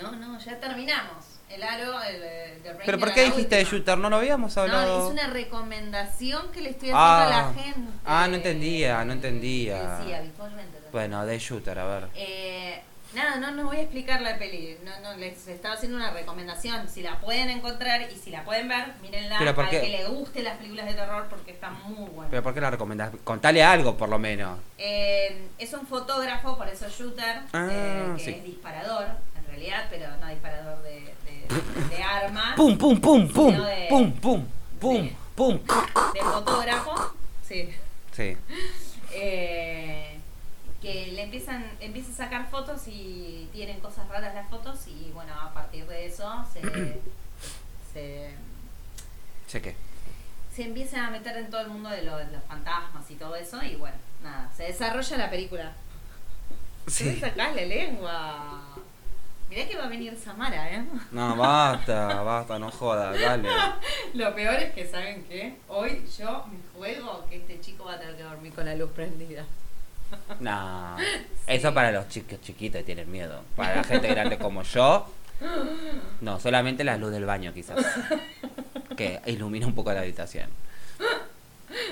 [SPEAKER 3] no, no, ya terminamos. El aro, el, eh, The Ring
[SPEAKER 2] ¿Pero por
[SPEAKER 3] era
[SPEAKER 2] qué
[SPEAKER 3] la
[SPEAKER 2] dijiste de
[SPEAKER 3] última.
[SPEAKER 2] shooter? No lo habíamos hablado.
[SPEAKER 3] No, es una recomendación que le estoy haciendo
[SPEAKER 2] Ah.
[SPEAKER 3] a la gente.
[SPEAKER 2] Ah, no entendía, no entendía.
[SPEAKER 3] Sí, habitualmente. también.
[SPEAKER 2] Bueno, de shooter, a ver.
[SPEAKER 3] Eh, nada, no, no voy a explicar la peli. No, no, les estaba haciendo una recomendación. Si la pueden encontrar y si la pueden ver, mírenla.
[SPEAKER 2] Pero ¿por
[SPEAKER 3] al
[SPEAKER 2] qué?
[SPEAKER 3] que le guste las películas de terror porque están muy buenas.
[SPEAKER 2] ¿Pero por qué la recomendás? Contale algo, por lo menos.
[SPEAKER 3] Eh, es un fotógrafo, por eso shooter,
[SPEAKER 2] Ah,
[SPEAKER 3] eh, que
[SPEAKER 2] sí.
[SPEAKER 3] es disparador, en realidad, pero no disparador de, de, de arma,
[SPEAKER 2] ¡Pum, pum, pum, pum!
[SPEAKER 3] Sino de-
[SPEAKER 2] ¡Pum, pum, pum,
[SPEAKER 3] de-
[SPEAKER 2] pum!
[SPEAKER 3] de fotógrafo, sí.
[SPEAKER 2] Sí.
[SPEAKER 3] Eh, que le empiezan, empieza a sacar fotos y tienen cosas raras las fotos y bueno, a partir de eso se, se,
[SPEAKER 2] Cheque.
[SPEAKER 3] se empieza a meter en todo el mundo de los, los fantasmas y todo eso y bueno, nada, se desarrolla la película. No
[SPEAKER 2] Sí.
[SPEAKER 3] le sacás la lengua. Mirá que va a venir Samara, ¿eh?
[SPEAKER 2] No, basta, basta, no jodas, dale.
[SPEAKER 3] Lo peor es que, ¿saben qué? Hoy yo me juego que este chico va a tener que dormir con la luz prendida.
[SPEAKER 2] No. Eso para los chicos chiquitos que tienen miedo. Para la gente grande como yo. No, solamente la luz del baño quizás. Que ilumina un poco la habitación.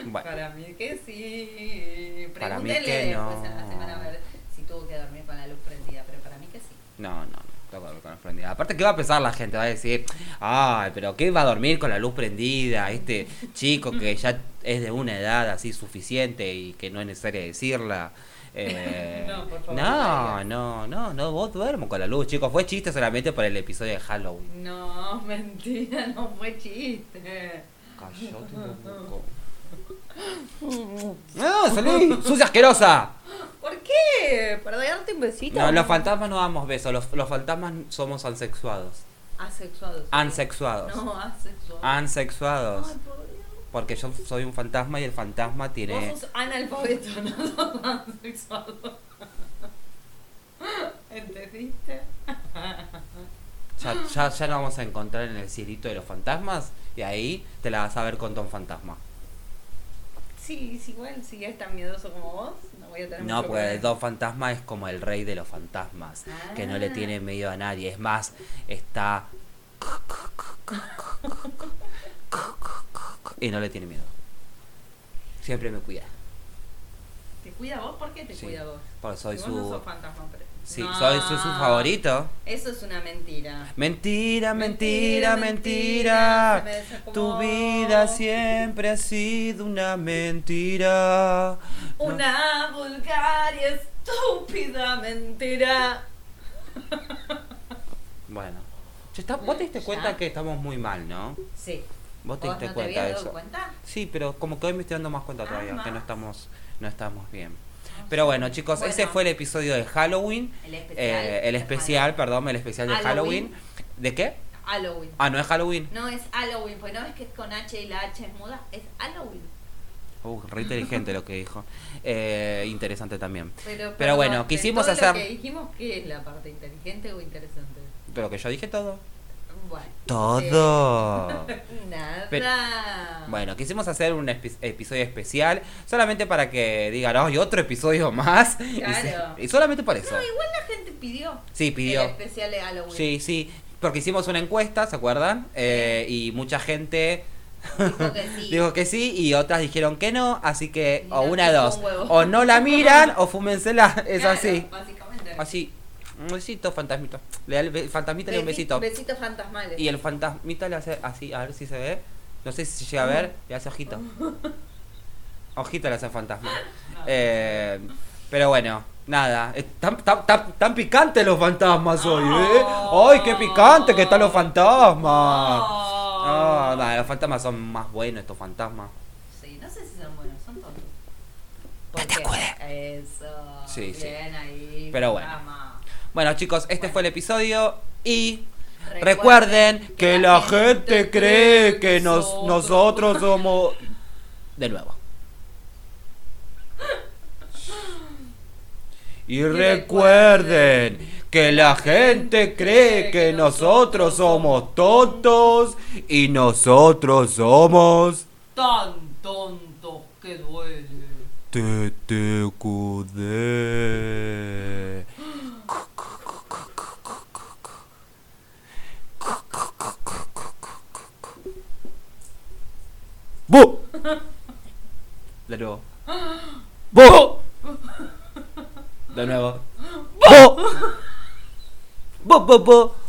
[SPEAKER 2] Bueno,
[SPEAKER 3] Para mí que sí.
[SPEAKER 2] Para mí
[SPEAKER 3] Pregúntele
[SPEAKER 2] que no.
[SPEAKER 3] después en la semana a ver si tuvo que dormir con la luz prendida, pero para mí que sí.
[SPEAKER 2] no, no, no. tengo que dormir con la luz prendida. Aparte, ¿qué va a pensar la gente? Va a decir, ay, pero ¿qué va a dormir con la luz prendida? Este chico que ya es de una edad así suficiente y que no es necesario decirla. Eh,
[SPEAKER 3] No, por favor, no
[SPEAKER 2] No, no, no, no, vos duermo con la luz, chicos. Fue chiste solamente por el episodio de Halloween.
[SPEAKER 3] No, mentira, no fue chiste.
[SPEAKER 2] Callate un poco. ¡No, salí! ¡Sucia asquerosa!
[SPEAKER 3] ¿Por qué? ¿Para darte un besito?
[SPEAKER 2] No, los fantasmas no damos besos, los, los fantasmas somos ansexuados.
[SPEAKER 3] Asexuados.
[SPEAKER 2] Ansexuados.
[SPEAKER 3] No, asexuados.
[SPEAKER 2] Ansexuados.
[SPEAKER 3] Ay, por Dios.
[SPEAKER 2] Porque yo soy un fantasma y el fantasma tiene.
[SPEAKER 3] Vos sos analfabeto, no sos asexuado. ¿Entendiste?
[SPEAKER 2] Ya, ya, ya lo vamos a encontrar en el cielito de los fantasmas y ahí te la vas a ver con Don Fantasma.
[SPEAKER 3] Sí, es igual, si es tan miedoso como vos, no voy a tener
[SPEAKER 2] No, pues,
[SPEAKER 3] mucho
[SPEAKER 2] porque el
[SPEAKER 3] problema.
[SPEAKER 2] Don Fantasma es como el rey de los fantasmas, que no le
[SPEAKER 3] Ah.
[SPEAKER 2] tiene miedo a nadie. Es más, está. Y no le tiene miedo. Siempre me cuida.
[SPEAKER 3] ¿Te cuida vos? ¿Por qué te
[SPEAKER 2] Sí.
[SPEAKER 3] cuida vos?
[SPEAKER 2] Porque soy
[SPEAKER 3] Si vos no
[SPEAKER 2] su.
[SPEAKER 3] sos fantasma, pero...
[SPEAKER 2] Sí,
[SPEAKER 3] No.
[SPEAKER 2] soy su, su favorito.
[SPEAKER 3] Eso es una mentira.
[SPEAKER 2] Mentira, mentira, mentira.
[SPEAKER 3] Se me desacomodó.
[SPEAKER 2] Tu vida siempre ha sido una mentira. No-
[SPEAKER 3] Una vulgar y estúpida mentira.
[SPEAKER 2] Bueno. Che, está- vos te diste
[SPEAKER 3] Ya.
[SPEAKER 2] cuenta que estamos muy mal, ¿no?
[SPEAKER 3] Sí.
[SPEAKER 2] Vos te diste
[SPEAKER 3] no te
[SPEAKER 2] cuenta de
[SPEAKER 3] habías
[SPEAKER 2] eso.
[SPEAKER 3] dado cuenta?
[SPEAKER 2] Sí, pero como que hoy me estoy dando más cuenta
[SPEAKER 3] Ah,
[SPEAKER 2] todavía, que no
[SPEAKER 3] más.
[SPEAKER 2] estamos, no estamos bien. Pero bueno, chicos, ese
[SPEAKER 3] Bueno.
[SPEAKER 2] fue el episodio de Halloween.
[SPEAKER 3] El especial.
[SPEAKER 2] Eh, el especial, perdón, el especial de
[SPEAKER 3] Halloween.
[SPEAKER 2] Halloween. ¿De qué?
[SPEAKER 3] Halloween.
[SPEAKER 2] Ah, no es Halloween.
[SPEAKER 3] No es Halloween, pues no es que es con H y la H es muda, es Halloween.
[SPEAKER 2] Uh, re inteligente lo que dijo. Eh, interesante también.
[SPEAKER 3] Pero,
[SPEAKER 2] Pero bueno,
[SPEAKER 3] perdón, de
[SPEAKER 2] quisimos
[SPEAKER 3] todo Lo
[SPEAKER 2] hacer-
[SPEAKER 3] que dijimos que es la parte inteligente o interesante.
[SPEAKER 2] Pero que yo dije todo.
[SPEAKER 3] Bueno.
[SPEAKER 2] Todo.
[SPEAKER 3] eh, nada.
[SPEAKER 2] Pero- Bueno, quisimos hacer un espe- episodio especial solamente para que digan, ¡ay, otro episodio más! Y se-
[SPEAKER 3] Claro.
[SPEAKER 2] Y, solamente por eso.
[SPEAKER 3] No, igual la gente pidió.
[SPEAKER 2] Sí,
[SPEAKER 3] El
[SPEAKER 2] pidió.
[SPEAKER 3] especial de Halloween.
[SPEAKER 2] Sí, sí. Porque hicimos una encuesta, ¿se acuerdan? Eh, y mucha gente
[SPEAKER 3] Dijo que sí.
[SPEAKER 2] dijo que sí y otras dijeron que no. Así que,
[SPEAKER 3] Ni
[SPEAKER 2] o
[SPEAKER 3] la
[SPEAKER 2] una de
[SPEAKER 3] pico
[SPEAKER 2] dos.
[SPEAKER 3] un huevo.
[SPEAKER 2] O no la miran o fúmensela. Es
[SPEAKER 3] Claro,
[SPEAKER 2] así.
[SPEAKER 3] Básicamente.
[SPEAKER 2] Así. Un besito, fantasmita. Le da el be- fantasmita le da un besito.
[SPEAKER 3] Besitos fantasmales.
[SPEAKER 2] Y el fantasmita le hace así, a ver si se ve. No sé si se llega a ver, le hace ojito. Ojito le hace al fantasma. Eh, pero bueno, nada. eh, Tan, tan, tan, tan picantes los fantasmas hoy, ¿eh?
[SPEAKER 3] Oh.
[SPEAKER 2] ¡Ay, qué picante que están los fantasmas!
[SPEAKER 3] Oh.
[SPEAKER 2] No, nada, los fantasmas son más buenos estos fantasmas.
[SPEAKER 3] Sí, no sé si son buenos, son tontos.
[SPEAKER 2] Date
[SPEAKER 3] Porque-
[SPEAKER 2] cuenta.
[SPEAKER 3] Eso.
[SPEAKER 2] Sí, sí.
[SPEAKER 3] bien ahí.
[SPEAKER 2] Pero bueno.
[SPEAKER 3] ama.
[SPEAKER 2] Bueno, chicos, este
[SPEAKER 3] Bueno.
[SPEAKER 2] fue el episodio y. Recuerden que la gente cree que nos, nosotros somos. De nuevo. Y recuerden que la gente cree que nosotros somos tontos y nosotros somos.
[SPEAKER 3] Tan tontos que duele.
[SPEAKER 1] TTQD. ¡Bu!
[SPEAKER 2] De nuevo.
[SPEAKER 1] ¡Bu!
[SPEAKER 2] De nuevo.
[SPEAKER 1] ¡Bu!
[SPEAKER 2] ¡Bu, bu, bu!